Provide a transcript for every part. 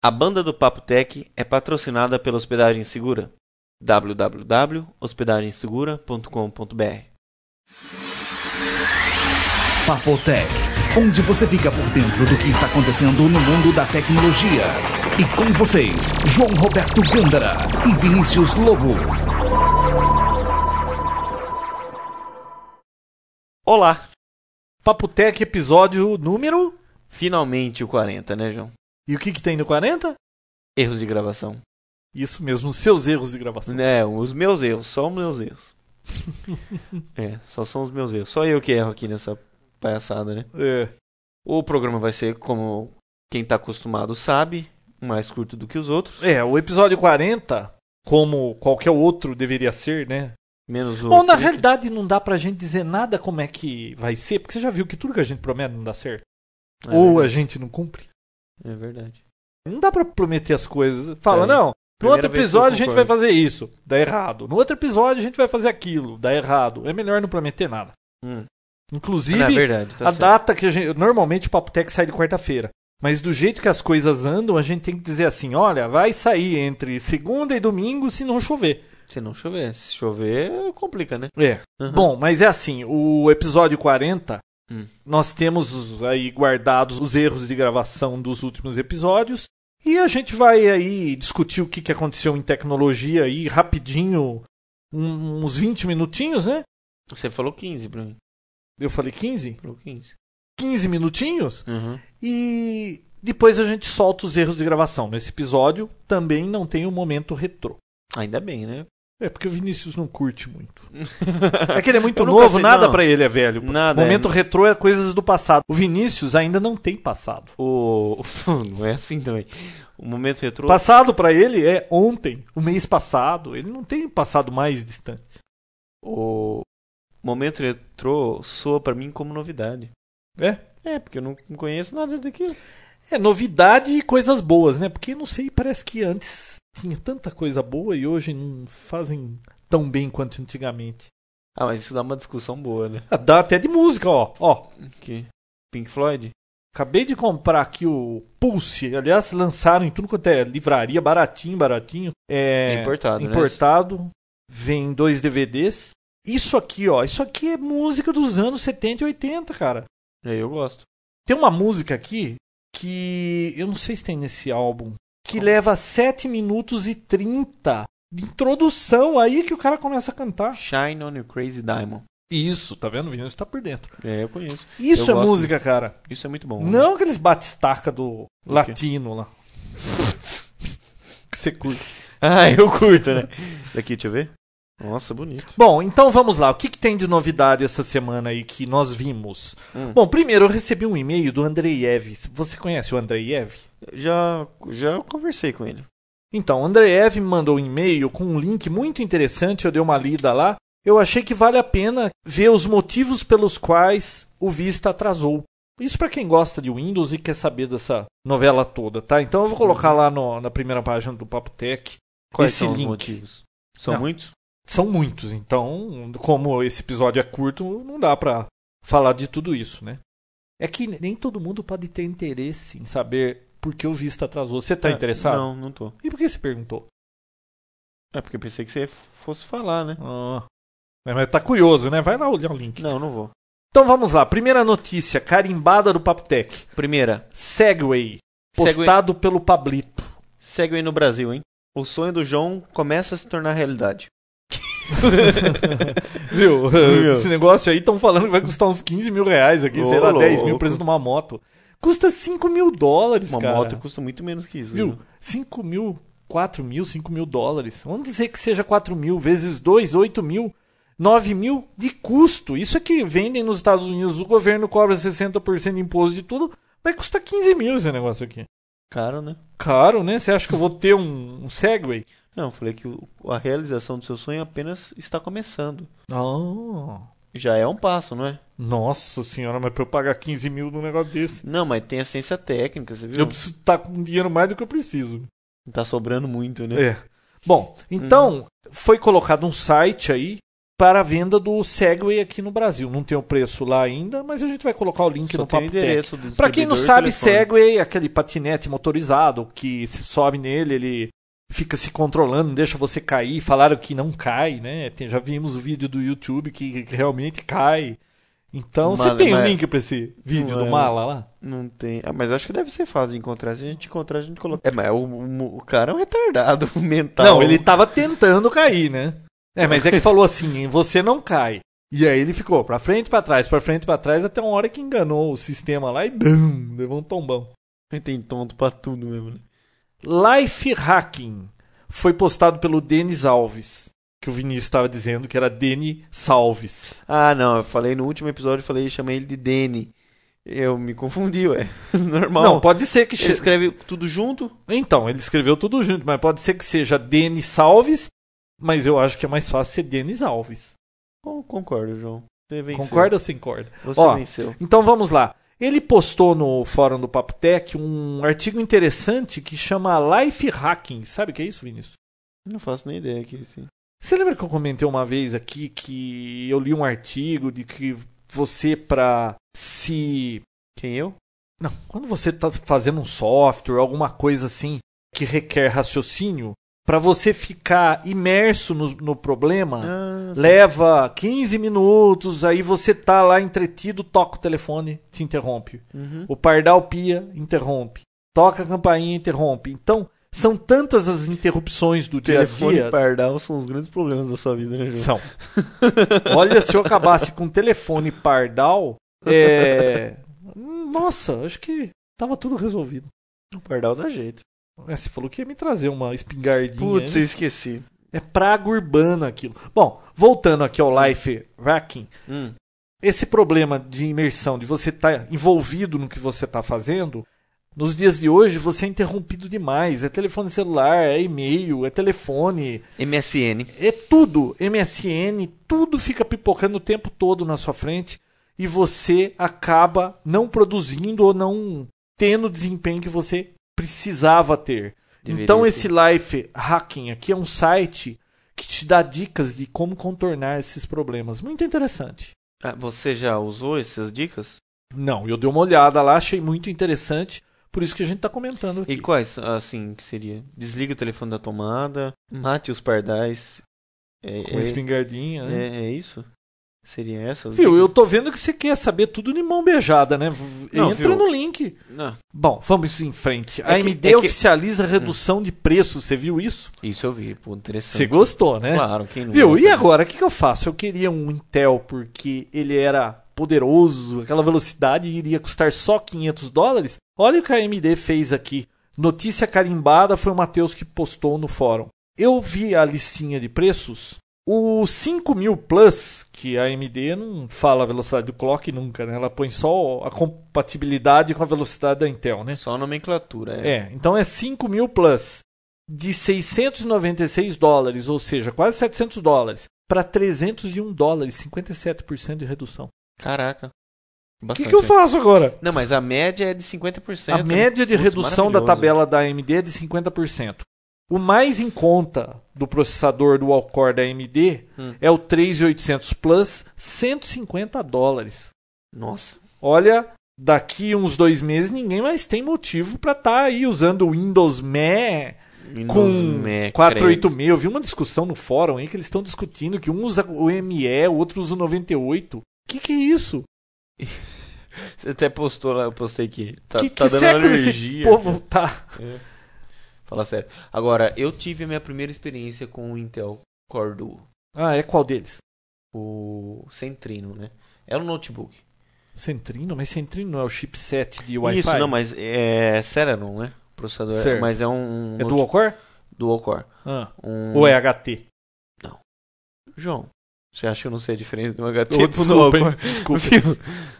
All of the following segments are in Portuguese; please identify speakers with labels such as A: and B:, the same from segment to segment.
A: A banda do Papo Tech é patrocinada pela Hospedagem Segura. www.hospedagensegura.com.br
B: Papotec, onde você fica por dentro do que está acontecendo no mundo da tecnologia. E com vocês, João Roberto Gândara e Vinícius Lobo.
A: Olá!
C: Paputec episódio número.
A: Finalmente o 40, né, João?
C: E o que, que tem no 40?
A: Erros de gravação.
C: Isso mesmo, os seus erros de gravação.
A: Né, os meus erros, só os meus erros. é, só são os meus erros. Só eu que erro aqui nessa palhaçada, né?
C: É.
A: O programa vai ser, como quem tá acostumado sabe, mais curto do que os outros.
C: É, o episódio 40, como qualquer outro deveria ser, né?
A: Menos o.
C: Bom, na
A: Twitter.
C: realidade não dá pra gente dizer nada como é que vai ser, porque você já viu que tudo que a gente promete não dá certo.
A: É
C: Ou a
A: verdade,
C: gente não cumpre.
A: É verdade.
C: Não dá pra prometer as coisas. Fala,
A: É.
C: não. No
A: Primeira
C: outro
A: vez que eu
C: episódio a gente vai
A: concordo.
C: fazer isso, dá errado. No outro episódio a gente vai fazer aquilo, dá errado. É melhor não prometer nada.
A: Hum.
C: Inclusive,
A: Ah, não, é verdade. tá
C: a
A: certo.
C: data que a gente. Normalmente o Papo Tech sai de quarta-feira. Mas do jeito que as coisas andam, a gente tem que dizer assim: olha, vai sair entre segunda e domingo se não chover.
A: Se não chover. Se chover, complica, né?
C: É.
A: Uhum.
C: Bom, mas é assim: o episódio 40,
A: Hum.
C: nós temos aí guardados os erros de gravação dos últimos episódios. E a gente vai aí discutir o que, que aconteceu em tecnologia aí rapidinho, um- uns 20 minutinhos, né?
A: Você falou 15 pra mim.
C: Eu falei 15?
A: Falou 15.
C: 15 minutinhos?
A: Uhum.
C: E depois a gente solta os erros de gravação. Nesse episódio também não tem o momento retrô.
A: Ainda bem, né?
C: É porque o Vinícius não curte muito. É que ele é muito
A: Eu nunca
C: novo,
A: sei,
C: nada
A: não.
C: pra ele é velho.
A: Nada,
C: momento retrô é coisas do passado. O Vinícius ainda não tem passado.
A: O. não é assim também. O momento retrô.
C: Passado pra ele é ontem, o mês passado. Ele não tem passado mais distante.
A: O momento retrô soa pra mim como novidade.
C: É?
A: É, porque eu não conheço nada daquilo.
C: É novidade e coisas boas, né? Porque não sei, parece que antes tinha tanta coisa boa e hoje não fazem tão bem quanto antigamente.
A: Ah, mas isso dá uma discussão boa, né?
C: Ah, Dá até de música, ó. Ó,
A: Que Pink Floyd?
C: Acabei de comprar aqui o Pulse. Aliás, lançaram em tudo quanto é livraria, baratinho, baratinho. É,
A: importado, né?
C: importado. Vem dois DVDs. Isso aqui, ó. Isso aqui é música dos anos 70 e 80, cara.
A: É, eu gosto.
C: Tem uma música aqui que eu não sei se tem nesse álbum, que leva 7 minutos e 30 de introdução aí que o cara começa a cantar.
A: Shine on your crazy diamond.
C: Isso, tá vendo? O Vinícius tá por dentro.
A: É, eu conheço.
C: Isso
A: Eu
C: é
A: gosto.
C: música, cara.
A: Isso é muito bom. né?
C: Não aqueles batistaca do
A: quê?
C: latino lá. que você curte.
A: Ah, eu curto, né? Daqui, deixa eu ver. Nossa, bonito.
C: Bom, então vamos lá. O que, que tem de novidade essa semana aí que nós vimos?
A: Hum.
C: Bom, primeiro eu recebi um e-mail do Andreev. Você conhece o Andreev?
A: Já, já conversei com ele.
C: Então, o Andreev me mandou um e-mail com um link muito interessante. Eu dei uma lida lá. Eu achei que vale a pena ver os motivos pelos quais o Vista atrasou. Isso pra quem gosta de Windows e quer saber dessa novela toda, tá? Então eu vou colocar lá no- na primeira página do Papo Tech
A: Quais
C: esse
A: são os
C: link.
A: motivos? São
C: Não.
A: muitos?
C: São muitos, então, como esse episódio é curto, não dá pra falar de tudo isso, né? É que nem todo mundo pode ter interesse em saber por que o Vista atrasou. Você tá
A: É,
C: interessado?
A: Não, não tô.
C: E por que você perguntou?
A: É porque eu pensei que você fosse falar, né?
C: Ah, é, mas tá curioso, né? Vai lá olhar o link.
A: Não, não vou.
C: Então vamos lá. Primeira notícia, carimbada do Papotec.
A: Primeira,
C: Segway,
A: Segway.
C: postado pelo Pablito.
A: segue aí no Brasil, hein? O sonho do João começa a se tornar realidade.
C: Viu?
A: Viu?
C: Esse negócio aí estão falando que vai custar uns 15 mil reais aqui, sei lá,
A: Ô,
C: 10 mil
A: louco.
C: o preço de uma moto. Custa 5 mil dólares,
A: Uma
C: cara.
A: moto custa muito menos que isso.
C: Viu?
A: né?
C: 5 mil, 4 mil, 5 mil dólares. Vamos dizer que seja 4 mil vezes 2, 8 mil, 9 mil de custo. Isso é que vendem nos Estados Unidos. O governo cobra 60% de imposto de tudo. Vai custar 15 mil esse negócio aqui.
A: Caro, né?
C: Caro, né? Você acha que eu vou ter um, um Segway?
A: Não, falei que o- a realização do seu sonho apenas está começando.
C: Ah,
A: Já é um passo, não é?
C: nossa senhora, mas pra eu pagar 15 mil num negócio desse.
A: Não, mas tem a ciência técnica, você viu?
C: Eu preciso estar com dinheiro mais do que eu preciso.
A: Tá sobrando muito, né?
C: É. Bom, então foi colocado um site aí para a venda do Segway aqui no Brasil. Não tem o preço lá ainda, mas a gente vai colocar o link
A: Só
C: no
A: tem o
C: Papo Tech.
A: endereço do
C: Para quem não
A: distribuidor
C: sabe,
A: e telefone.
C: Segway é aquele patinete motorizado que se sobe nele, ele fica se controlando, não deixa você cair. Falaram que não cai, né? Tem- já vimos o vídeo do YouTube que, que realmente cai. Então, você
A: Mala,
C: tem um
A: mas-
C: link para esse vídeo
A: Não
C: do
A: é.
C: Mala lá?
A: Não tem. Ah, mas acho que deve ser fácil de encontrar. Se a gente encontrar, a gente coloca. É, mas o, o- o cara é um retardado mental.
C: Não, ele tava tentando cair, né? É, mas é que falou assim, hein, você não cai. E aí ele ficou pra frente, pra trás, pra frente, pra trás, até uma hora que enganou o sistema lá e bum, levou um tombão.
A: Ele tem tonto pra tudo mesmo, né?
C: Life Hacking foi postado pelo Denis Alves, que o Vinícius estava dizendo que era Deni Salves.
A: Ah, não. Eu falei no último episódio, eu falei chamei ele de Danny. Eu me confundi, ué. Normal.
C: Não, pode ser que
A: Ele
C: che-
A: escreve tudo junto?
C: Então, ele escreveu tudo junto, mas pode ser que seja Denis Salves, mas eu acho que é mais fácil ser Denis Alves.
A: Con- Concordo, João. Você venceu.
C: Concorda ou sem concorda?
A: Você
C: Ó,
A: venceu.
C: Então vamos lá. Ele postou no fórum do Papo Tech um artigo interessante que chama Life Hacking. Sabe o que é isso, Vinícius?
A: Não faço nem ideia aqui. assim.
C: Você lembra que eu comentei uma vez aqui que eu li um artigo de que você, pra se.
A: Quem eu?
C: Não, quando você tá fazendo um software, alguma coisa assim, que requer raciocínio, pra você ficar imerso no, no problema,
A: Ah, sim.
C: leva 15 minutos, aí você tá lá entretido, toca o telefone, te interrompe.
A: Uhum.
C: O pardal pia, interrompe. Toca a campainha, interrompe. Então, são tantas as interrupções do dia a
A: Telefone
C: dia.
A: e pardal são os grandes problemas da sua vida, né, João?
C: São. Olha, se eu acabasse com telefone pardal, é. Nossa, acho que tava tudo resolvido.
A: O pardal dá jeito.
C: É, Você falou que ia me trazer uma espingardinha.
A: Putz,
C: hein?
A: eu esqueci.
C: É praga urbana aquilo. Bom, voltando aqui ao life racking,
A: Hum.
C: esse problema de imersão, de você estar envolvido no que você está fazendo, nos dias de hoje você é interrompido demais. É telefone celular, é e-mail, é telefone,
A: MSN.
C: É tudo, MSN, tudo fica pipocando o tempo todo na sua frente e você acaba não produzindo ou não tendo o desempenho que você precisava ter.
A: Deveria
C: então
A: ter.
C: esse Life Hacking aqui é um site que te dá dicas de como contornar esses problemas. Muito interessante.
A: Ah, você já usou essas dicas?
C: Não, eu dei uma olhada lá, achei muito interessante, por isso que a gente está comentando aqui.
A: E quais, assim, que seria? Desliga o telefone da tomada, mate os pardais. É,
C: Com
A: é,
C: espingardinha, né?
A: é, é isso? Seria essas?
C: Viu, eu
A: dicas?
C: tô vendo que você quer saber tudo de mão beijada, né? V-
A: Não,
C: Entra
A: viu?
C: no link.
A: Não,
C: Bom, vamos em frente. A
A: É que-
C: AMD
A: é que-
C: oficializa redução de preço, você viu isso?
A: isso eu vi, pô, interessante.
C: Você gostou, né?
A: Claro, quem não
C: Viu?
A: gosta
C: E
A: disso?
C: agora, o que, que eu faço? Eu queria um Intel porque ele era poderoso, aquela velocidade e iria custar só 500 dólares. Olha o que a AMD fez aqui. Notícia carimbada foi o Matheus que postou no fórum. Eu vi a listinha de preços. O 5000 Plus, que a AMD não fala a velocidade do clock nunca, né? Ela põe só a compatibilidade com a velocidade da Intel, né?
A: É só a nomenclatura, é.
C: É, então é 5 mil plus de 696 dólares, ou seja, quase 700 dólares, para 301 dólares, 57% de redução.
A: Caraca.
C: O que, que eu faço agora?
A: Não, mas a média é de 50%.
C: A média de
A: Putz,
C: redução da
A: maravilhoso.
C: tabela da AMD é de 50%. O mais em conta do processador do Alcor da AMD
A: Hum.
C: é o 3800 Plus, 150 dólares.
A: Nossa.
C: Olha, daqui uns dois meses ninguém mais tem motivo para estar aí usando o Windows ME, com
A: Nossa,
C: 486. Eu vi uma discussão no fórum aí que eles estão discutindo que um usa o ME, o outro usa o 98. Que que é isso?
A: Você até postou lá, eu postei aqui. Tá,
C: que
A: tá
C: que
A: dando
C: século esse
A: alergia.
C: povo tá?
A: Fala sério. Agora, eu tive a minha primeira experiência com o Intel Core Duo.
C: Ah, é qual deles?
A: o Centrino, né? Era um notebook.
C: Centrino? Mas Centrino não é o chipset de Wi-Fi?
A: Isso, não, mas é Celeron, né? O processador.
C: Certo.
A: Mas é um
C: É dual-core?
A: dual-core.
C: Ah.
A: Um...
C: Ou é HT?
A: João, você acha que eu não sei a diferença de um HP
C: Oh,
A: pro
C: desculpa, hein?
A: dual-core?
C: Desculpa.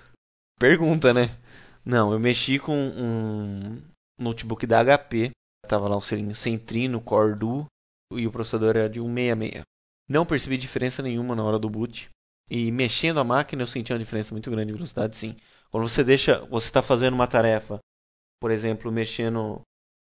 A: Pergunta, né? Não, eu mexi com um notebook da HP. Tava lá o selinho Centrino, Core Duo. E o processador era de 166. Não percebi diferença nenhuma na hora do boot. E mexendo a máquina eu senti uma diferença muito grande de velocidade, sim. Quando você deixa, você está fazendo uma tarefa, por exemplo, mexendo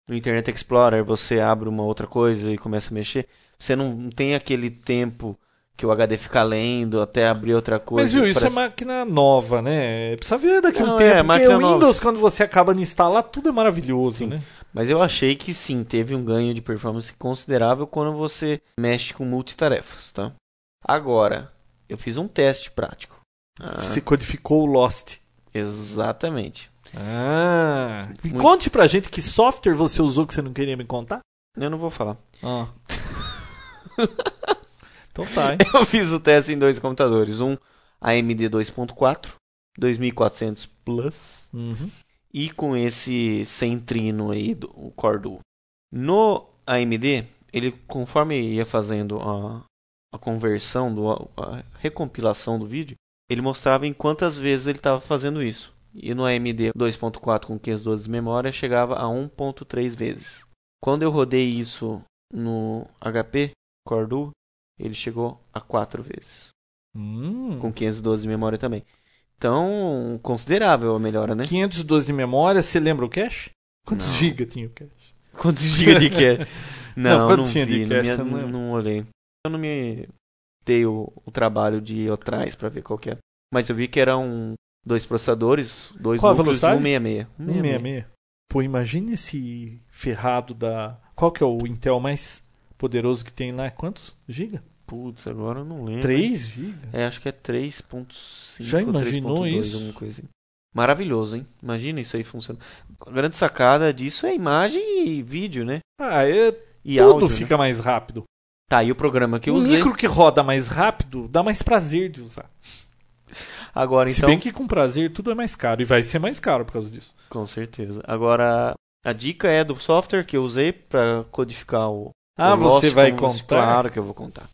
A: no Internet Explorer, você abre uma outra coisa e começa a mexer, você não tem aquele tempo que o HD fica lendo até abrir outra coisa.
C: Mas viu, isso
A: parece-
C: é máquina nova, né? Precisa ver daqui a um
A: Não,
C: tempo.
A: é,
C: porque
A: máquina
C: o
A: nova.
C: Windows, quando você acaba de instalar, tudo é maravilhoso, né?
A: Mas eu achei que sim, teve um ganho de performance considerável quando você mexe com multitarefas, tá? Agora, eu fiz um teste prático. Ah,
C: Se codificou o Lost.
A: exatamente.
C: Ah. Me
A: Muito-
C: conte pra gente que software você usou que você não queria me contar.
A: Eu não vou falar.
C: Ah. então tá, hein?
A: Eu fiz o teste em dois computadores, um AMD 2.4, 2400 Plus,
C: Uhum.
A: e com esse centrino aí do o Core Duo. No AMD, ele conforme ia fazendo a, a conversão do a, a recompilação do vídeo, ele mostrava em quantas vezes ele estava fazendo isso. E no AMD 2.4 com 512 de memória chegava a 1.3 vezes. Quando eu rodei isso no HP Core Duo, ele chegou a 4 vezes,
C: Hum.
A: com 512 de memória também. Então, considerável a melhora, né?
C: 512 de memória, você lembra o cache? Quantos
A: Não.
C: giga tinha o cache?
A: Quantos giga de cash? Não,
C: Não,
A: não,
C: quanto
A: não
C: tinha de
A: vi,
C: cash,
A: não,
C: você não
A: me,
C: lembra?
A: não, não olhei. Eu não me dei o, o trabalho de ir atrás pra ver qual que era. Mas eu vi que era um dois processadores, dois
C: Qual a
A: núcleos e um
C: velocidade?
A: 66. Um 66.
C: 166. Pô, imagina esse ferrado da. Qual que é o Intel mais poderoso que tem lá? Quantos? Giga?
A: Putz, agora eu não lembro.
C: 3 giga?
A: É, acho que é 3.5.
C: Já imaginou
A: 3.2,
C: isso?
A: alguma coisa assim. Maravilhoso, hein? Imagina isso aí funcionando. A grande sacada disso é imagem e vídeo, né?
C: Ah, é,
A: E
C: tudo
A: áudio. né?
C: fica mais rápido.
A: Tá, e o programa que eu
C: um
A: usei.
C: micro que roda mais rápido dá mais prazer de usar.
A: Agora
C: Se
A: então.
C: bem que com prazer tudo é mais caro. E vai ser mais caro por causa disso.
A: Com certeza. Agora, a dica é do software que eu usei pra codificar o.
C: Ah,
A: o
C: você
A: Lost
C: vai
A: como
C: contar?
A: você- Claro que eu vou contar.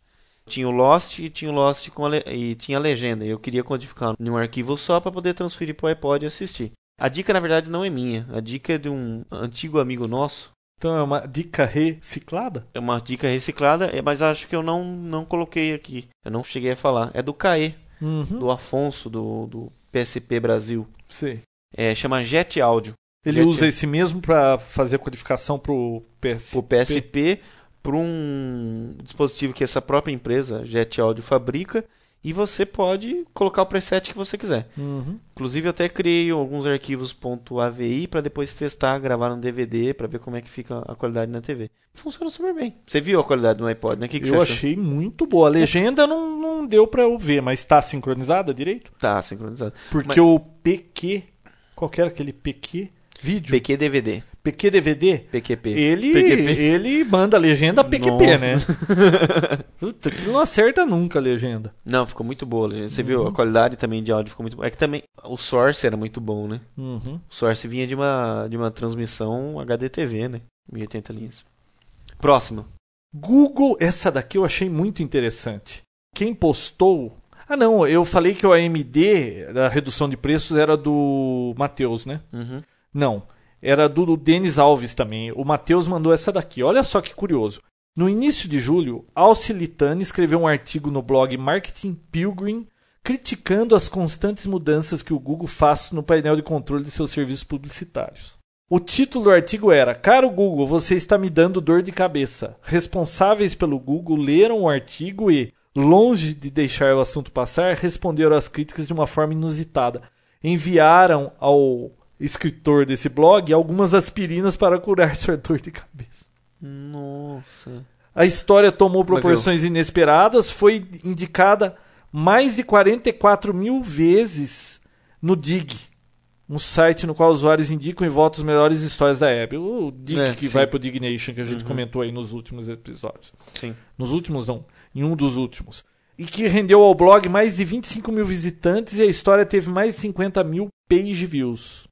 A: Tinha o Lost e tinha o Lost com a le- e tinha a legenda. E eu queria codificar em um arquivo só pra poder transferir pro iPod e assistir. A dica, na verdade, não é minha. A dica é de um antigo amigo nosso.
C: Então é uma dica reciclada?
A: É uma dica reciclada, é- mas acho que eu não, não coloquei aqui. Eu não cheguei a falar. É do Caê,
C: Uhum.
A: do Afonso, do, do PSP Brasil.
C: Sei.
A: É, chama Jet Áudio.
C: Ele é
A: Já
C: usa
A: tinha-
C: esse mesmo pra fazer a codificação pro PS.
A: o PSP para um dispositivo que essa própria empresa, Jet Audio, fabrica e você pode colocar o preset que você quiser.
C: Uhum.
A: Inclusive, eu até criei alguns arquivos .avi para depois testar, gravar no DVD, para ver como é que fica a qualidade na TV. Funciona super bem. Você viu a qualidade do iPod, né? O que, que
C: eu
A: você achou?
C: achei muito boa. A legenda não, não deu pra eu ver, mas tá sincronizada direito?
A: Tá sincronizado.
C: Porque o PQ, qual que era aquele PQ? Vídeo,
A: PQ DVD,
C: PQ DVD,
A: PQP.
C: ele,
A: PQP.
C: ele manda a legenda PQP,
A: Nossa.
C: né? Puta, que não acerta nunca a legenda.
A: Não, ficou muito boa. Legenda. Você viu? A qualidade também de áudio ficou muito boa. É que também o source era muito bom, né?
C: Uhum.
A: O Source vinha de uma, de uma transmissão HDTV, né? 1080 linhas. Próximo.
C: Google, essa daqui eu achei muito interessante. Quem postou. Ah, não, eu falei que o AMD, da redução de preços, era do Matheus, né?
A: Uhum.
C: Não, era do, do Denis Alves também. O Matheus mandou essa daqui. Olha só que curioso. No início de julho, Alci Litani escreveu um artigo no blog Marketing Pilgrim criticando as constantes mudanças que o Google faz no painel de controle de seus serviços publicitários. O título do artigo era: Caro Google, você está me dando dor de cabeça. Responsáveis pelo Google leram o artigo e, longe de deixar o assunto passar, responderam às críticas de uma forma inusitada. Enviaram ao escritor desse blog algumas aspirinas para curar sua dor de cabeça.
A: Nossa.
C: A história tomou
A: viu?
C: proporções inesperadas, foi indicada mais de 44 mil vezes no Dig, um site no qual usuários indicam e votam as melhores histórias da Web. O Dig
A: É,
C: que
A: sim.
C: vai pro Dig Nation, que a gente
A: Uhum.
C: comentou aí nos últimos episódios.
A: Sim.
C: Nos últimos, não, em um dos últimos. E que rendeu ao blog mais de 25 mil visitantes e a história teve mais de 50 mil page views.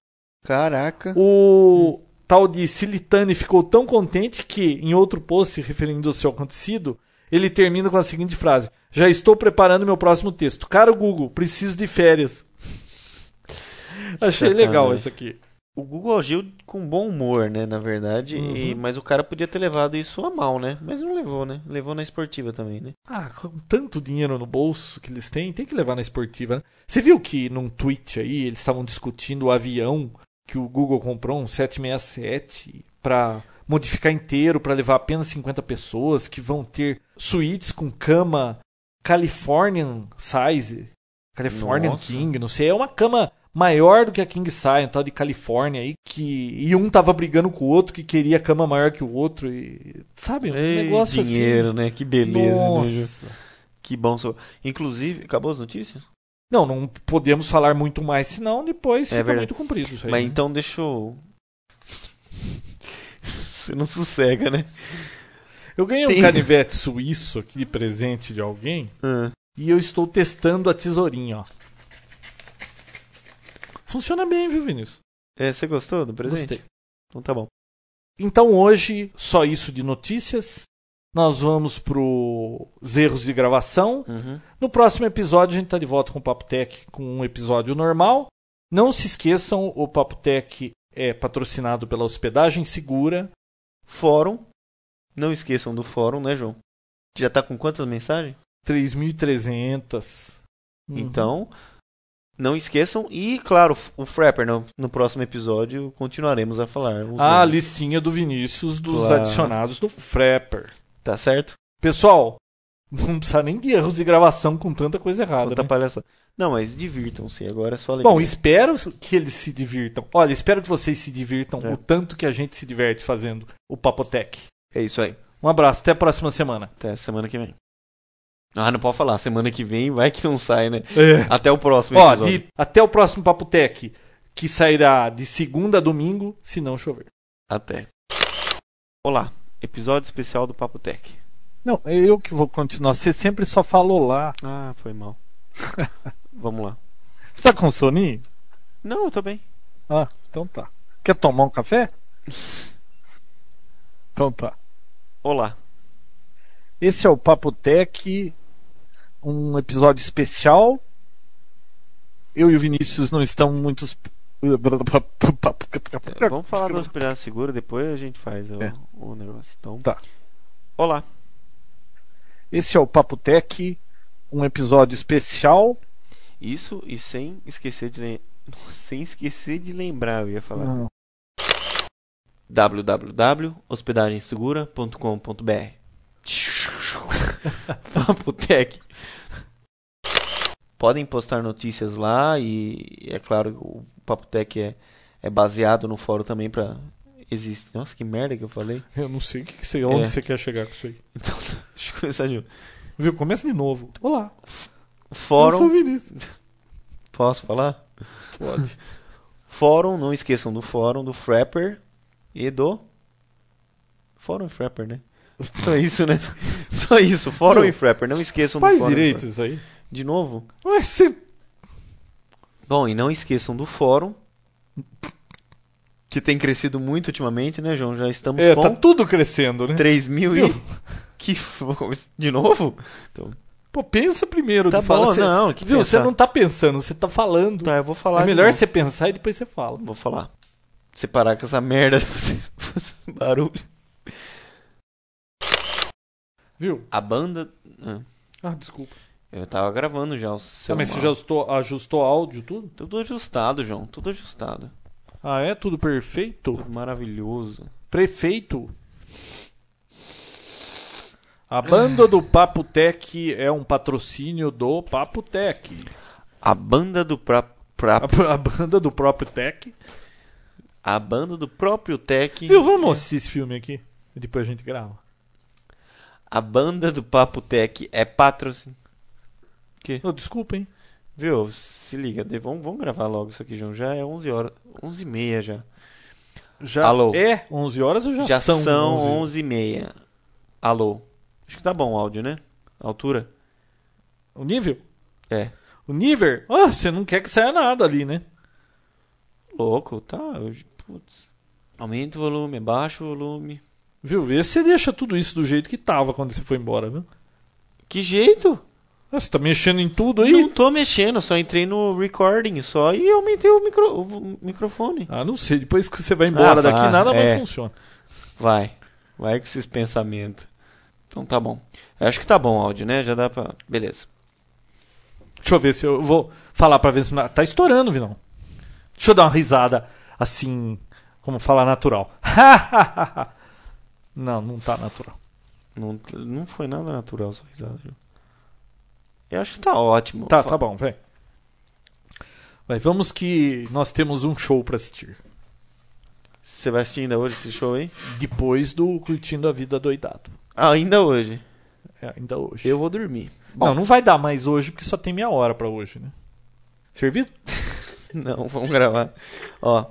A: Caraca.
C: O tal de Silitani ficou tão contente que, em outro post, se referindo ao seu acontecido, ele termina com a seguinte frase: Já estou preparando meu próximo texto. Caro Google, preciso de férias. Achei
A: Sacanagem.
C: legal isso aqui.
A: O Google agiu com bom humor, né? Na verdade. e-
C: Uhum.
A: mas o cara podia ter levado isso a mal, né? Mas não levou, né? Levou na esportiva também, né?
C: Ah, com tanto dinheiro no bolso que eles têm, tem que levar na esportiva, né? Você viu que num tweet aí eles estavam discutindo o avião que o Google comprou, um 767, pra modificar inteiro, pra levar apenas 50 pessoas, que vão ter suítes com cama Californian Size, Californian
A: Nossa.
C: King, não sei, é uma cama maior do que a King Size, um tal de Califórnia aí, que e um tava brigando com o outro que queria cama maior que o outro e sabe, um
A: Ei,
C: negócio
A: dinheiro, né? Que
C: assim.
A: beleza, né, Ju?
C: Nossa.
A: Que bom. so- Inclusive, acabou as notícias?
C: Não, não podemos falar muito mais, senão depois
A: É
C: fica
A: verdade.
C: muito comprido isso aí.
A: Mas
C: né?
A: então deixa eu... Você não sossega, né?
C: Eu ganhei um
A: Tem-
C: canivete suíço aqui de presente de alguém
A: Ah,
C: e eu estou testando a tesourinha, ó. Funciona bem, viu, Vinícius?
A: é, você gostou do presente?
C: Gostei.
A: Então tá bom.
C: Então hoje, só isso de notícias. Nós vamos pro erros de gravação.
A: Uhum.
C: No próximo episódio, a gente tá de volta com o Papo Tech com um episódio normal. Não se esqueçam, o Papo Tech é patrocinado pela Hospedagem Segura.
A: Fórum. Não esqueçam do fórum, né, João? Já tá com quantas mensagens?
C: 3.300. Uhum.
A: Então, não esqueçam. E, claro, o Frapper, no, no próximo episódio, continuaremos a falar. os
C: A
A: nomes.
C: listinha do Vinícius dos
A: Ah, né? Claro.
C: adicionados do Frapper.
A: Tá certo?
C: Pessoal, não precisa nem de erros de gravação com tanta coisa errada.
A: Outra
C: né?
A: palhaçada. Não, mas divirtam-se. Agora é só alegria.
C: Bom, espero que eles se divirtam. Olha, espero que vocês se divirtam
A: É.
C: o tanto que a gente se diverte fazendo o Papotec.
A: É isso aí.
C: Um abraço, até a próxima semana.
A: Até semana que vem. Ah, não pode falar. Semana que vem vai que não sai, né?
C: É.
A: Até o próximo
C: Ó,
A: Um episódio.
C: de- até o próximo Papotec, que sairá de segunda a domingo, se não chover.
A: Até. Olá. Episódio especial do Papo Tech.
D: Não, é eu que vou continuar. Você sempre só falou lá.
A: Ah, foi mal. Vamos lá.
D: Você tá com soninho?
A: Não, eu tô bem.
D: Ah, então tá. Quer tomar um café? Então tá.
A: Olá.
D: Esse é o Papo Tech, um episódio especial. Eu e o Vinícius não estamos muito.
A: É,
D: Tá
A: vamos falar do hospedagem segura, depois a gente faz o,
D: É.
A: o negócio. Então,
D: Tá.
A: Olá.
D: Esse é o Papo Tech, um episódio especial.
A: Isso e sem esquecer de lem- sem esquecer de lembrar, eu ia falar.
D: Não.
A: www.hospedagensegura.com.br Papo Tech. Podem postar notícias lá e é claro o Papo Tech é, é baseado no fórum também para existe. Nossa, que merda que eu falei.
C: Eu não sei o que que você, onde
A: É.
C: você quer chegar com isso aí.
A: Então, tá, deixa eu começar de novo.
C: Viu? Começa de novo. Olá, eu sou o
A: Fórum,
C: Vinícius.
A: posso falar?
C: Pode.
A: Fórum, não esqueçam do fórum, do Frapper e do. Fórum e Frapper, né? Só isso, né? Só isso, fórum
C: Meu,
A: e Frapper. Não esqueçam do
C: Faz
A: fórum. e
C: direito
A: Frapper.
C: isso aí.
A: De novo?
C: Ué, você...
A: Bom, e não esqueçam do fórum. Que tem crescido muito ultimamente, né, João? Já estamos
C: É,
A: com
C: tá tudo crescendo, né?
A: 3 mil e.
C: Viu?
A: Que... De novo? Então,
C: Pô, pensa primeiro.
A: tá
C: tu fala,
A: bom,
C: você-
A: não. Que
C: Viu? Você
A: pensar?
C: não tá pensando, você tá falando.
A: Tá, eu vou falar.
C: é
A: de
C: melhor
A: novo.
C: você pensar e depois você fala.
A: Vou falar. Você parar com essa merda de barulho.
C: Viu?
A: A banda. ah,
C: Ah, desculpa.
A: Eu tava gravando já o seu.
C: Ah, mas você
A: mal.
C: já ajustou, ajustou áudio tudo?
A: Tudo ajustado, João. Tudo ajustado.
C: Ah, é? Tudo perfeito?
A: Tudo maravilhoso.
C: Prefeito? A banda do Papo Tech é um patrocínio do Papo Tech.
A: A banda do pra, pra-
C: A, a banda do próprio Tech.
A: a banda do próprio Tech.
C: Viu? Vamos assistir esse filme aqui. E depois a gente grava.
A: A banda do Papo Tech é patrocínio.
C: Oh, desculpa, hein?
A: Viu? Se liga, de- vamos, vamos gravar logo isso aqui, João. Já é 11 horas, 11 e meia já.
C: Já
A: Alô?
C: é 11 horas ou já,
A: Já são,
C: são 11?
A: 11 e meia. Alô. Acho que tá bom o áudio, né? A altura?
C: O nível?
A: É.
C: O nível? Ah, você não quer que saia nada ali, né?
A: Louco, tá. eu- putz. Aumenta o volume, abaixa o volume.
C: Viu? Vê se você deixa tudo isso do jeito que tava quando você foi embora, viu?
A: Que jeito?
C: Ah, Você tá mexendo em tudo aí?
A: Não tô mexendo, só entrei no recording só e aumentei o, micro- o vo- microfone.
C: Ah, não sei. Depois que você vai embora
A: Ah,
C: daqui,
A: vá,
C: nada mais
A: é.
C: funciona.
A: Vai, vai com esses pensamentos. Então tá bom. Eu acho que tá bom o áudio, né? Já dá pra. Beleza.
C: Deixa eu ver se eu vou falar pra ver se. não- Tá estourando, Vinão. Deixa eu dar uma risada assim, como falar natural. não, não tá natural.
A: Não, não foi nada natural essa risada. Ju. Eu acho que tá ótimo.
C: Tá, tá bom, vem. Vai, vamos que nós temos um show pra assistir.
A: Você vai assistir ainda hoje esse show aí?
C: Depois do Curtindo a Vida Doidado.
A: Ah, ainda hoje.
C: É, ainda hoje.
A: Eu vou dormir.
C: Não, não vai dar mais hoje, porque só tem meia hora pra hoje, né? Servido?
A: Não, vamos gravar. Ó.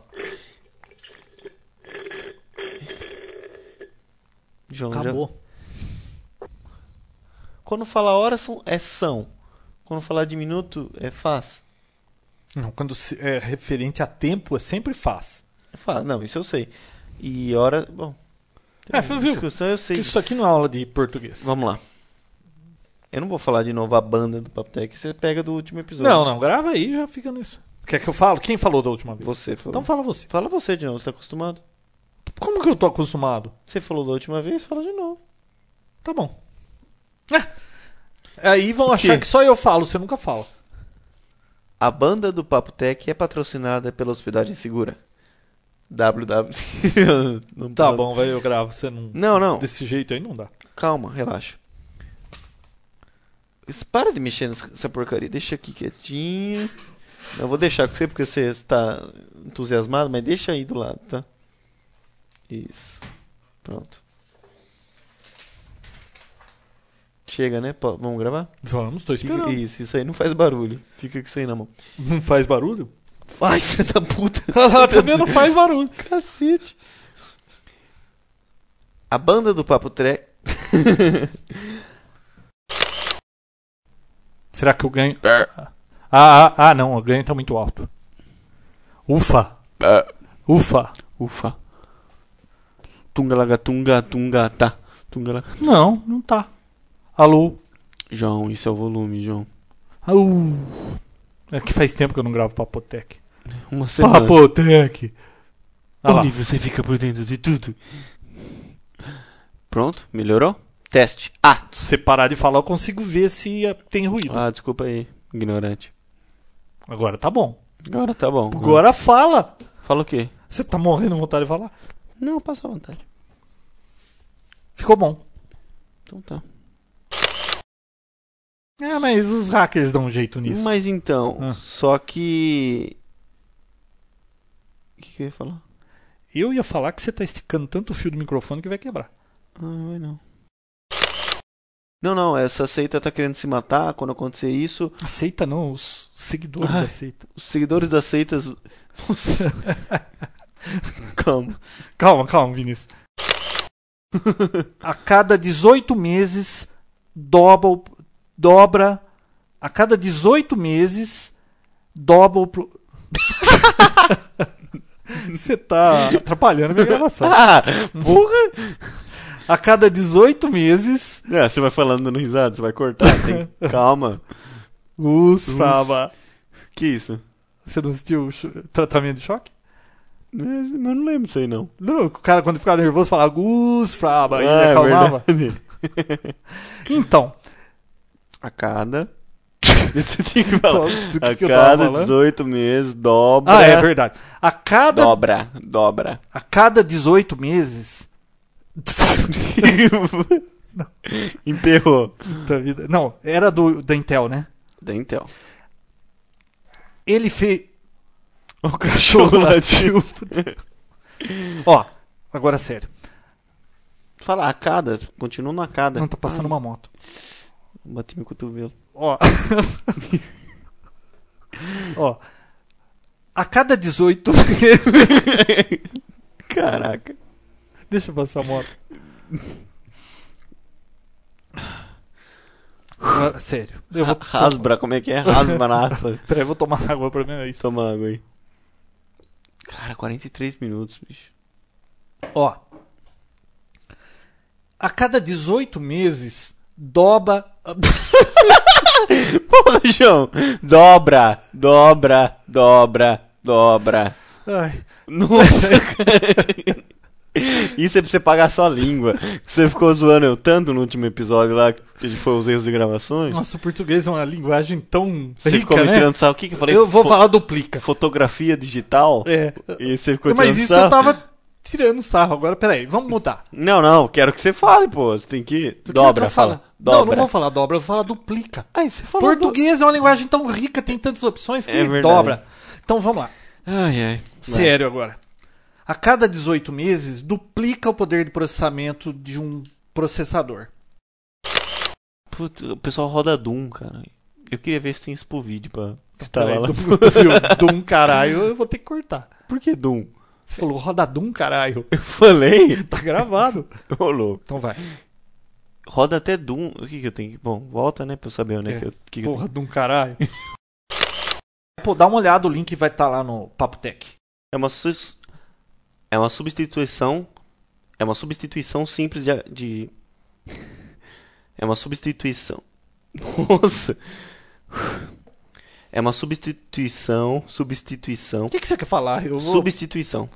A: João, já-
C: Acabou.
A: Quando fala hora são, é são. Quando falar de minuto é faz.
C: Não, quando se- é referente a tempo, é sempre faz.
A: É faz. Não, isso eu sei. E hora, bom.
C: É, você viu?
A: Discussão eu sei.
C: Isso aqui não é aula de português.
A: Vamos lá. Eu não vou falar de novo a banda do Papotec, você pega do último episódio.
C: Não, não, grava aí e já fica nisso. Quer que eu falo? Quem falou da última vez?
A: Você falou.
C: Então fala você.
A: Fala você de novo, você tá acostumado?
C: Como que eu tô acostumado?
A: Você falou da última vez, fala de novo.
C: Tá bom. Ah, Aí vão achar
A: quê?
C: que só eu falo, você nunca fala.
A: A banda do Papo Tech é patrocinada pela Hospedagem Segura. www. Não
C: Tá
A: pode-
C: bom, vai, eu gravo, você não.
A: Não, não.
C: Desse jeito aí não dá.
A: Calma, relaxa. Isso- Para de mexer nessa nessa porcaria. Deixa aqui quietinho. Não vou deixar com você porque você está entusiasmado, mas deixa aí do lado, tá? Isso. Pronto. Chega, né? Po- Vamos gravar?
C: Vamos, tô
A: Fica-
C: esperando.
A: Isso, isso aí não faz barulho. Fica com isso aí na mão.
C: Não faz barulho?
A: Vai, filha da puta.
C: Ela também não faz barulho.
A: Cacete. A banda do Papo Tre...
C: Será que eu ganho? Ah, ah, ah, não, o ganho tá muito alto. Ufa! Ufa!
A: Ah, Ufa. Tunga laga tunga tunga tá. Tunga laga.
C: Não, não tá. Alô?
A: João, isso é o volume, João.
C: Au. É que faz tempo que eu não gravo Papotec.
A: Uma semana.
C: Papotec! Ah lá.
A: Onde você fica por dentro de tudo. Pronto, melhorou? Teste. Ah.
C: Se você parar de falar, eu consigo ver se eh, tem ruído.
A: Ah, desculpa aí, ignorante.
C: Agora tá bom.
A: Agora tá bom.
C: Agora fala!
A: Fala o quê?
C: Você tá morrendo de vontade de falar?
A: Não, passa à vontade.
C: Ficou bom.
A: Então tá.
C: É, mas os hackers dão um jeito nisso.
A: Mas então,
C: Ah.
A: só que. O que, que eu ia falar?
C: Eu ia falar que você tá esticando tanto o fio do microfone que vai quebrar.
A: Ah, vai não. Não, não, essa seita tá querendo se matar. Quando acontecer isso,
C: Aceita não, os seguidores
A: Ai.
C: aceitam.
A: os seguidores das seitas. Nossa. Calma.
C: Calma, calma, Vinícius. a cada 18 meses dobra, o- dobra a cada 18 meses dobra o pro... Você tá atrapalhando a minha gravação.
A: Ah, porra!
C: A cada 18 meses
A: É, você vai falando dando risada, você vai cortar. tem- Calma.
C: os
A: Uf.
C: fraba.
A: Que
C: É,
A: isso?
C: Você não assistiu o cho- tratamento de choque?
A: É, Eu não lembro disso aí, não.
C: Não, o cara quando ficava nervoso falava Gus Fraba e
A: Ah,
C: ele
A: é
C: acalmava.
A: verdade.
C: Então,
A: A cada. Você tem que
C: então,
A: falar.
C: do
A: A
C: que, que eu tava
A: cada
C: falando?
A: 18 meses, dobra.
C: Ah, é verdade. A cada,
A: Dobra, dobra.
C: a cada 18 meses.
A: Emperrou.
C: Puta vida. Não, era do da Intel, né?
A: Da Intel.
C: Ele fez.
A: O cachorro latiu.
C: Ó, agora sério.
A: Fala, a cada. Continua na cada. Ah,
C: Não tá passando uma moto.
A: Bati meu cotovelo.
C: Ó. Ó. A cada 18 meses.
A: Caraca.
C: Deixa eu passar a moto. Agora, sério. Eu vou.
A: Rasbra, como é que é? Rasbra na raça.
C: Peraí, eu vou tomar água pra mim, é isso.
A: Toma água aí. Cara, 43 minutos, bicho.
C: Ó. A cada 18 meses, dobra.
A: Porra, João. Dobra, dobra, dobra, dobra.
C: Ai,
A: Nossa, cara. Isso é pra você pagar sua língua. Você ficou zoando eu tanto no último episódio lá, que foi os erros de gravações.
C: nossa, o português é uma linguagem tão
A: Você
C: rica,
A: ficou me
C: né?
A: tirando sarro. O que, que eu falei?
C: Eu vou
A: Fo-
C: falar duplica.
A: Fotografia digital?
C: É.
A: E você ficou
C: Mas
A: tirando
C: isso
A: sarro?
C: eu tava tirando sarro. Agora, peraí, vamos mudar.
A: Não, não, quero que você fale, pô. Você tem que.
C: Do que eu
A: Dobra,
C: tô falando?
A: fala. Dobra.
C: Não, não vou falar dobra, eu vou falar duplica.
A: Ai, você falou
C: Português é uma linguagem tão rica, tem tantas opções que
A: É verdade.
C: dobra. Então vamos lá.
A: do- Ai, ai.
C: Sério agora. A cada 18 meses, duplica o poder de processamento de um processador.
A: Puta, o pessoal roda Doom, cara. Eu queria ver se tem isso pro vídeo pra instalar tá lá.
C: Peraí, du- viu? Dum caralho, eu vou ter que cortar.
A: Por que Doom?
C: Você falou roda dum caralho.
A: Eu falei?
C: Tá gravado.
A: Ô, louco.
C: Então vai.
A: Roda até Doom. O que que eu tenho que... Bom, volta, né, pra eu saber onde é,
C: É.
A: que eu... que que eu tenho.
C: Porra dum caralho. Pô, dá uma olhada, o link vai estar lá no Papo Tech.
A: É uma, sus- é uma substituição... É uma substituição simples de... de- É uma substituição... Nossa! É uma substituição... Substituição...
C: O que, que você quer falar? Eu vou...
A: Substituição.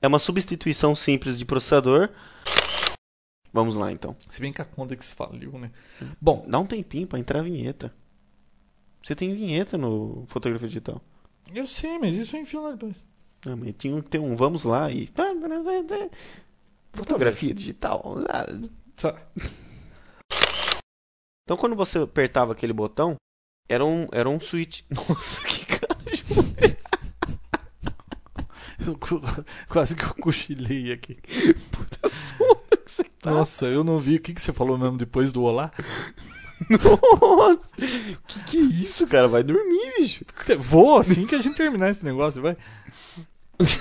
A: É uma substituição simples de processador. Vamos lá, então.
C: Se bem que a Condex faliu, né? Bom,
A: Dá um tempinho pra entrar a vinheta. Você tem vinheta no Fotografia Digital.
C: eu sei, mas isso é eu enfio lá depois.
A: Ah, mas tinha que ter um vamos lá e... Fotografia Digital. Ah.
C: Tá.
A: Então, quando você apertava aquele botão, era um, era um switch... Nossa, que cara.
C: Eu cu- quase que eu cochilei aqui. Nossa, eu não vi. O que, que você falou mesmo depois do olá?
A: Nossa. Que que é isso, cara? Vai dormir, bicho.
C: Vou assim que a gente terminar esse negócio, vai.
A: Onde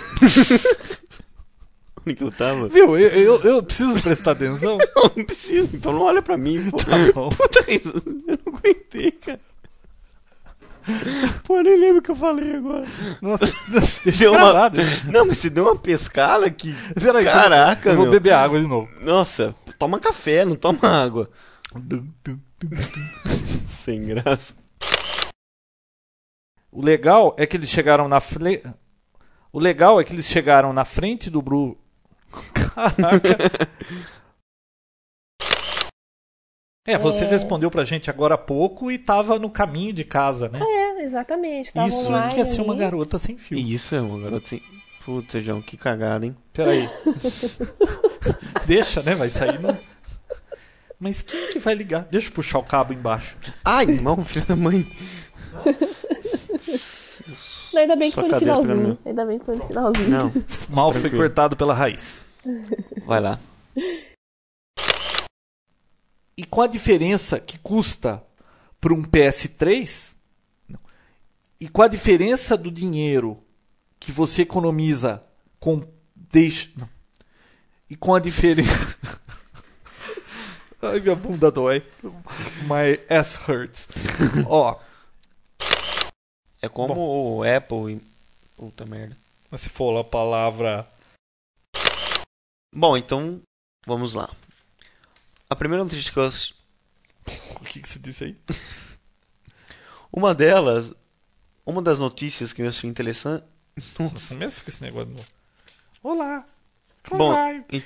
A: é que eu tava?
C: Viu, eu, eu, eu preciso prestar atenção.
A: Não, não precisa. Então não olha pra mim, pô.
C: Tá bom.
A: Puta risada, eu não aguentei, cara. Pô, eu nem lembro o que eu falei agora.
C: Nossa, nossa, deixa
A: Deu
C: eu
A: uma-
C: gravado.
A: Não, mas você deu uma pescada que.
C: Peraí,
A: Caraca,
C: eu vou
A: meu.
C: beber água de novo.
A: Nossa, toma café, não toma água. Sem graça.
C: O legal é que eles chegaram na fle... O legal é que eles chegaram na frente do Bru. Caraca. É, você respondeu pra gente agora há pouco e tava no caminho de casa, né?
E: É, exatamente. Tava
C: Isso
E: online
C: que é ser uma
E: ali.
C: garota sem fio.
A: Isso é um garoto assim. Puta, João, que cagada, hein?
C: Peraí. Deixa, né? Vai sair. Não... Mas quem que vai ligar? Deixa eu puxar o cabo embaixo.
A: Ai, irmão, filho da mãe.
E: Ainda bem que
A: Sua
E: foi
A: cadeira
E: no
A: pra
E: finalzinho. Ainda bem que foi no finalzinho.
A: Não,
C: Mal foi
A: Tranquilo.
C: cortado pela raiz.
A: vai lá.
C: E com a diferença que custa para um PS3, não, e com a diferença do dinheiro que você economiza com deixa, não, e com a diferença Ai, minha bunda dói. My ass hurts. Ó,
A: É como o Apple e. Puta merda.
C: se for a palavra
A: Bom, então, vamos lá. A primeira notícia que eu ass-
C: O que, que você disse aí?
A: Uma delas, uma das notícias que eu achei interessante.
C: Começa com esse negócio de novo. Olá!
A: Bom,
C: Caralho.
A: e-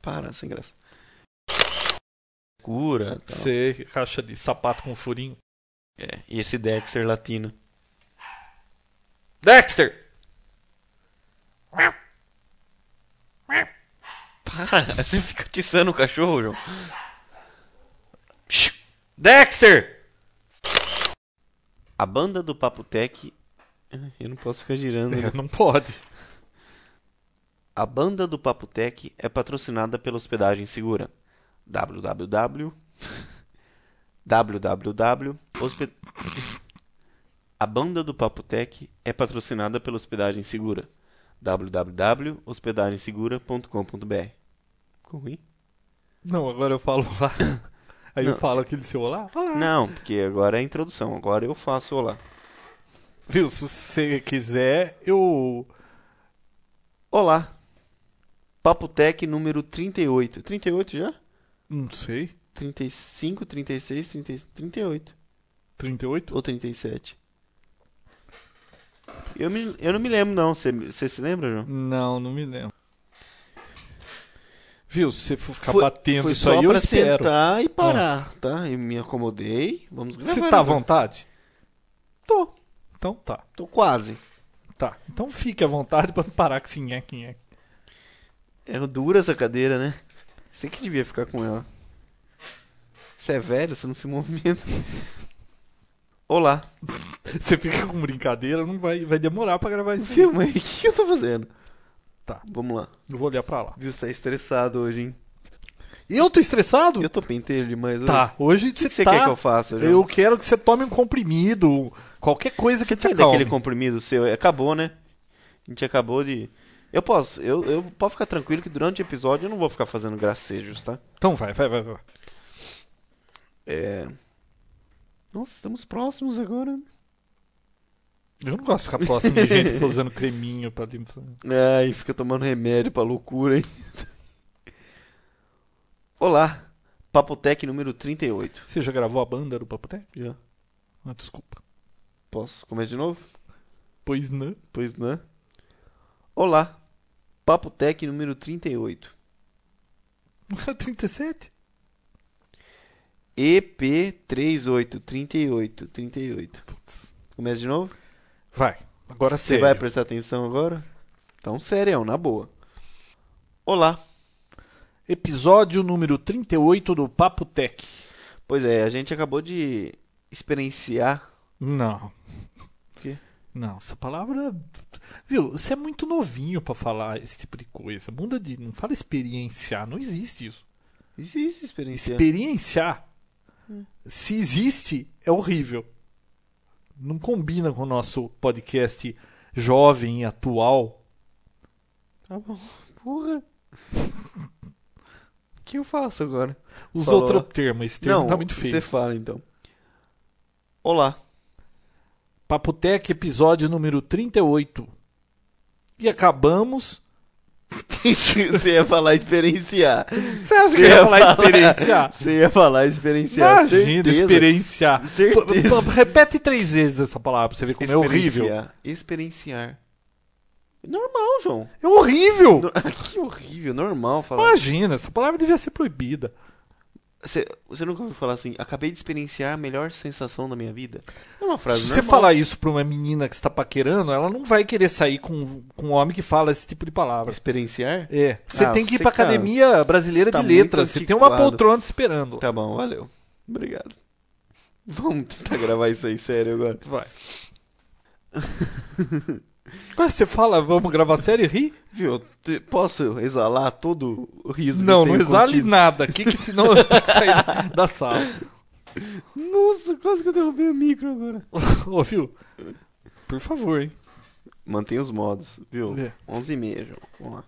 A: para, sem graça. Cura, tal.
C: Você caixa de sapato com furinho.
A: É, e esse Dexter latino.
C: Dexter!
A: Para, você fica atiçando o cachorro, João.
C: Dexter!
A: A banda do Papotec. Eu não posso ficar girando. né?
C: não pode.
A: A banda do Papotec é patrocinada pela Hospedagem Segura. www www hosped... A banda do Papotec é patrocinada pela Hospedagem Segura. www.hospedagensegura.com.br Ficou ruim?
C: Não, agora eu falo lá. Aí eu
A: Não.
C: falo aquele seu olá. Olá!
A: Não, porque agora é a introdução. Agora eu faço olá.
C: Viu? Se você quiser, eu.
A: Olá. Papotec número 38. 38 já?
C: Não sei.
A: 35, 36, 30, 38.
C: 38?
A: Ou 37? Eu, me, eu não me lembro, não. Você se lembra, João?
C: Não, não me lembro. Viu? Se você for ficar
A: Foi-
C: batendo
A: Foi
C: isso
A: só
C: aí, eu
A: pra
C: espero. Ah.
A: sentar e parar, tá? Eu me acomodei. Vamos gravar.
C: Você tá à
A: agora.
C: vontade?
A: Tô.
C: Então tá.
A: Tô quase.
C: Tá. Então fique à vontade pra não parar com esse nheque, nheque.
A: É dura essa cadeira, né? Você que devia ficar com ela. Você é velho, você não se movimenta. Olá,
C: Você fica com brincadeira, não vai, vai demorar pra gravar esse filme.
A: filma aí, o que, que eu tô fazendo?
C: Tá.
A: Vamos lá.
C: Eu vou olhar pra lá.
A: Viu, você tá estressado hoje, hein?
C: Eu tô estressado?
A: Eu tô pentelho demais hoje.
C: Tá, hoje
A: O que,
C: você
A: que você
C: tá...
A: quer que eu faça? João?
C: Eu quero que você tome um comprimido, qualquer coisa que te
A: Sabe
C: acalme.
A: daquele comprimido seu? Acabou, né? A gente acabou de. Eu posso, eu, eu posso ficar tranquilo que durante o episódio eu não vou ficar fazendo gracejos, tá?
C: Então vai, vai, vai. vai.
A: É. Nossa, estamos próximos agora.
C: Eu não gosto de ficar próximo de gente que fica usando creminho pra...
A: Ai, fica tomando remédio pra loucura, hein? Olá, Papotec número 38.
C: Você já gravou a banda do Papoté?
A: Já.
C: Ah, desculpa.
A: Posso? Começa de novo?
C: Pois não.
A: Pois não. Olá, Papotec número 38.
C: É 37?
A: EP38, 38, 38.
C: Putz.
A: Começa de novo?
C: Vai, agora
A: Você
C: sério.
A: vai prestar atenção agora? Então, sério, na boa. Olá.
C: Episódio número 38 do Papo Tech.
A: Pois é, a gente acabou de experienciar.
C: Não.
A: quê?
C: Não, essa palavra. Viu, você é muito novinho pra falar esse tipo de coisa. Muda de. Não fala experienciar, não existe isso.
A: Existe experiência.
C: Experienciar, se existe, é horrível. Não combina com o nosso podcast jovem e atual.
A: Tá bom. Porra. O que eu faço agora?
C: Usa
A: Falou.
C: outro termo, esse termo tá muito feio.
A: você fala então. Olá.
C: Papotec, episódio número 38. E acabamos.
A: você ia falar experienciar.
C: Você acha que
A: Você
C: eu ia falar experienciar?
A: Você ia falar experienciar.
C: Imagina,
A: certeza.
C: experienciar.
A: Certeza.
C: P- p- Repete três vezes essa palavra pra você ver como é horrível.
A: Experienciar. Experienciar. Normal, João.
C: É horrível!
A: No- que horrível, normal falar.
C: Imagina, essa palavra devia ser proibida.
A: Você, você nunca ouviu falar assim, acabei de experienciar a melhor sensação da minha vida? É uma frase
C: Se você
A: normal.
C: falar isso pra uma menina que está paquerando, ela não vai querer sair com, com um homem que fala esse tipo de palavra.
A: Experienciar?
C: É. Você
A: Ah,
C: tem que ir
A: você
C: pra
A: tá-
C: academia brasileira
A: você tá
C: de
A: muito
C: letras. Você tem uma
A: antiquado.
C: poltrona te esperando.
A: Tá bom, valeu. Obrigado. Vamos tentar gravar isso aí sério agora.
C: Vai. Agora você fala, vamos gravar série e ri?
A: Viu? te- Posso exalar todo o riso
C: Não,
A: que
C: não
A: tenho
C: exale
A: contido?
C: nada aqui, que senão eu tenho que sair da- da sala.
A: Nossa, quase que eu derrubei o micro agora.
C: Ô, viu? Por favor, hein?
A: Mantém os modos, viu?
C: É.
A: 11 e meia, João. Vamos lá.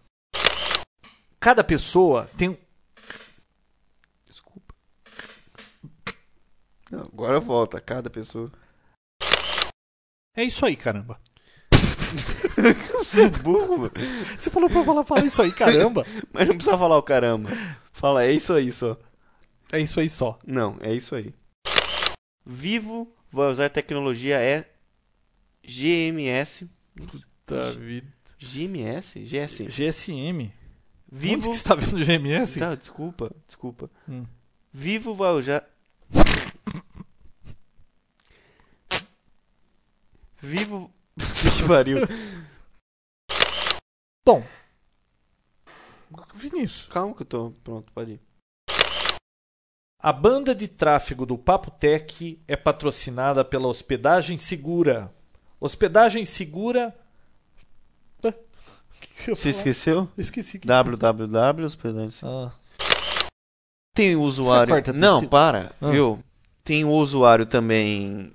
C: Cada pessoa tem. um
A: Desculpa. Não, agora volta, cada pessoa.
C: É isso aí, caramba.
A: Burro,
C: Você falou pra eu falar, fala isso aí, caramba.
A: mas não precisa falar o caramba. Fala, é isso aí só.
C: É isso aí só.
A: Não, é isso aí. Vivo vai usar tecnologia é GMS. Tá,
C: Puta vida.
A: GMS? GS.
C: GSM. Onde
A: Vivo.
C: que você tá vendo GMS?
A: Tá, desculpa, desculpa.
C: Hum.
A: Vivo vai usar. Vivo. Que pariu.
C: Bom. Vinícius.
A: Calma que eu tô pronto, pode ir.
C: A banda de tráfego do Papo Tech é patrocinada pela Hospedagem Segura. Hospedagem Segura. Hã? Que que eu ia
A: Você
C: falar?
A: esqueceu?
C: Esqueci
A: Ah.
C: que.
A: www, os pedantes.
C: Ah.
A: Tem o usuário.
C: corta
A: Não,
C: tecido?
A: para,
C: Ah.
A: viu? Tem o usuário também.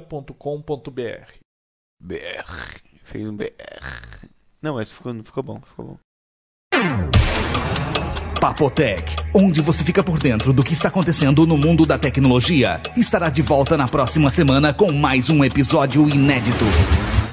C: www.hospedagensegura.com.br
A: BR. Fez um BR. Não, mas ficou, ficou bom, ficou bom.
B: Papotec, onde você fica por dentro do que está acontecendo no mundo da tecnologia, estará de volta na próxima semana com mais um episódio inédito.